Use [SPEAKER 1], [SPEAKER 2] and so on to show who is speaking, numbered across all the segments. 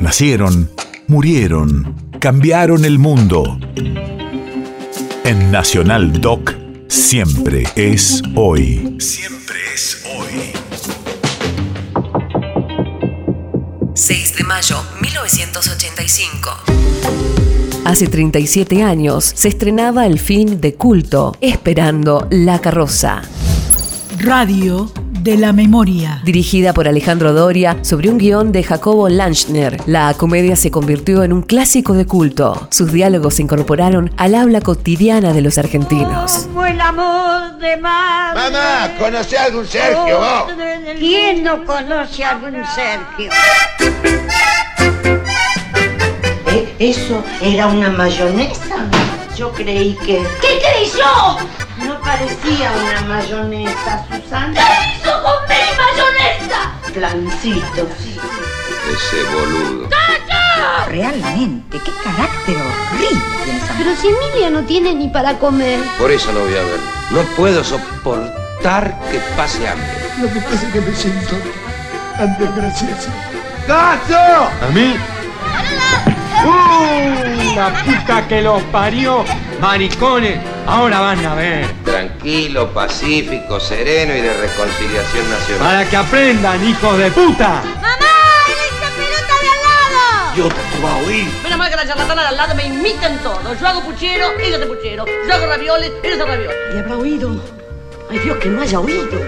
[SPEAKER 1] Nacieron, murieron, cambiaron el mundo. En Nacional Doc, siempre es hoy. Siempre es hoy.
[SPEAKER 2] 6 de mayo 1985. Hace 37 años se estrenaba el film de culto Esperando la carroza,
[SPEAKER 3] Radio de la Memoria.
[SPEAKER 2] dirigida por Alejandro Doria sobre un guión de Jacobo Lanchner. La comedia se convirtió en un clásico de culto. Sus diálogos se incorporaron al habla cotidiana de los argentinos.
[SPEAKER 4] Como el amor de madre.
[SPEAKER 5] Mamá, ¿conocés a algún Sergio vos?
[SPEAKER 4] ¿Quién no conoce a algún Sergio?
[SPEAKER 6] ¿E- ¿Eso era una mayonesa? Yo creí que...
[SPEAKER 7] ¿Qué creí yo?
[SPEAKER 6] No parecía una mayonesa,
[SPEAKER 7] ¿Qué
[SPEAKER 6] Susana.
[SPEAKER 7] hizo con mi mayonesa?
[SPEAKER 6] Plancito, sí.
[SPEAKER 5] Ese boludo.
[SPEAKER 8] Realmente, qué carácter horrible esa
[SPEAKER 7] Pero si Emilia no tiene ni para comer.
[SPEAKER 5] Por eso no voy a verlo. No puedo soportar que pase hambre.
[SPEAKER 9] Lo que pasa es que me siento tan desgraciado.
[SPEAKER 5] ¡Gato! ¿A mí?
[SPEAKER 10] ¡Uh! La puta que los parió, maricones, ahora van a ver.
[SPEAKER 5] Tranquilo, pacífico, sereno y de reconciliación nacional.
[SPEAKER 10] Para que aprendan, hijos de puta.
[SPEAKER 7] ¡Mamá! ¡Esa pelota de al lado!
[SPEAKER 5] Yo te voy a oír.
[SPEAKER 11] Menos mal que la charlatana de al lado me imitan todo. Yo hago puchero, ella hace puchero. Yo hago ravioles, ella hace ravioles.
[SPEAKER 6] ¿Le habrá oído? Ay, Dios, que no haya oído.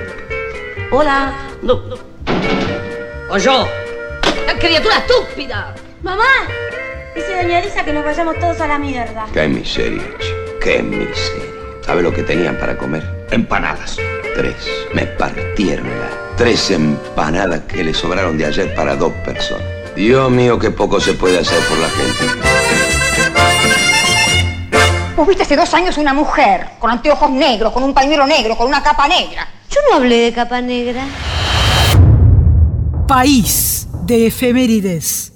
[SPEAKER 6] Hola.
[SPEAKER 11] No, no. O yo. ¡La criatura estúpida!
[SPEAKER 7] ¡Mamá! Dice doña Elisa que nos vayamos todos a la mierda.
[SPEAKER 5] Qué miseria, che. Qué miseria. ¿Sabes lo que tenían para comer? Empanadas. Tres. Me partieron las tres empanadas que le sobraron de ayer para dos personas. Dios mío, qué poco se puede hacer por la gente.
[SPEAKER 8] Vos viste hace dos años una mujer con anteojos negros, con un pañuelo negro, con una capa negra.
[SPEAKER 7] Yo no hablé de capa negra.
[SPEAKER 3] País de efemérides.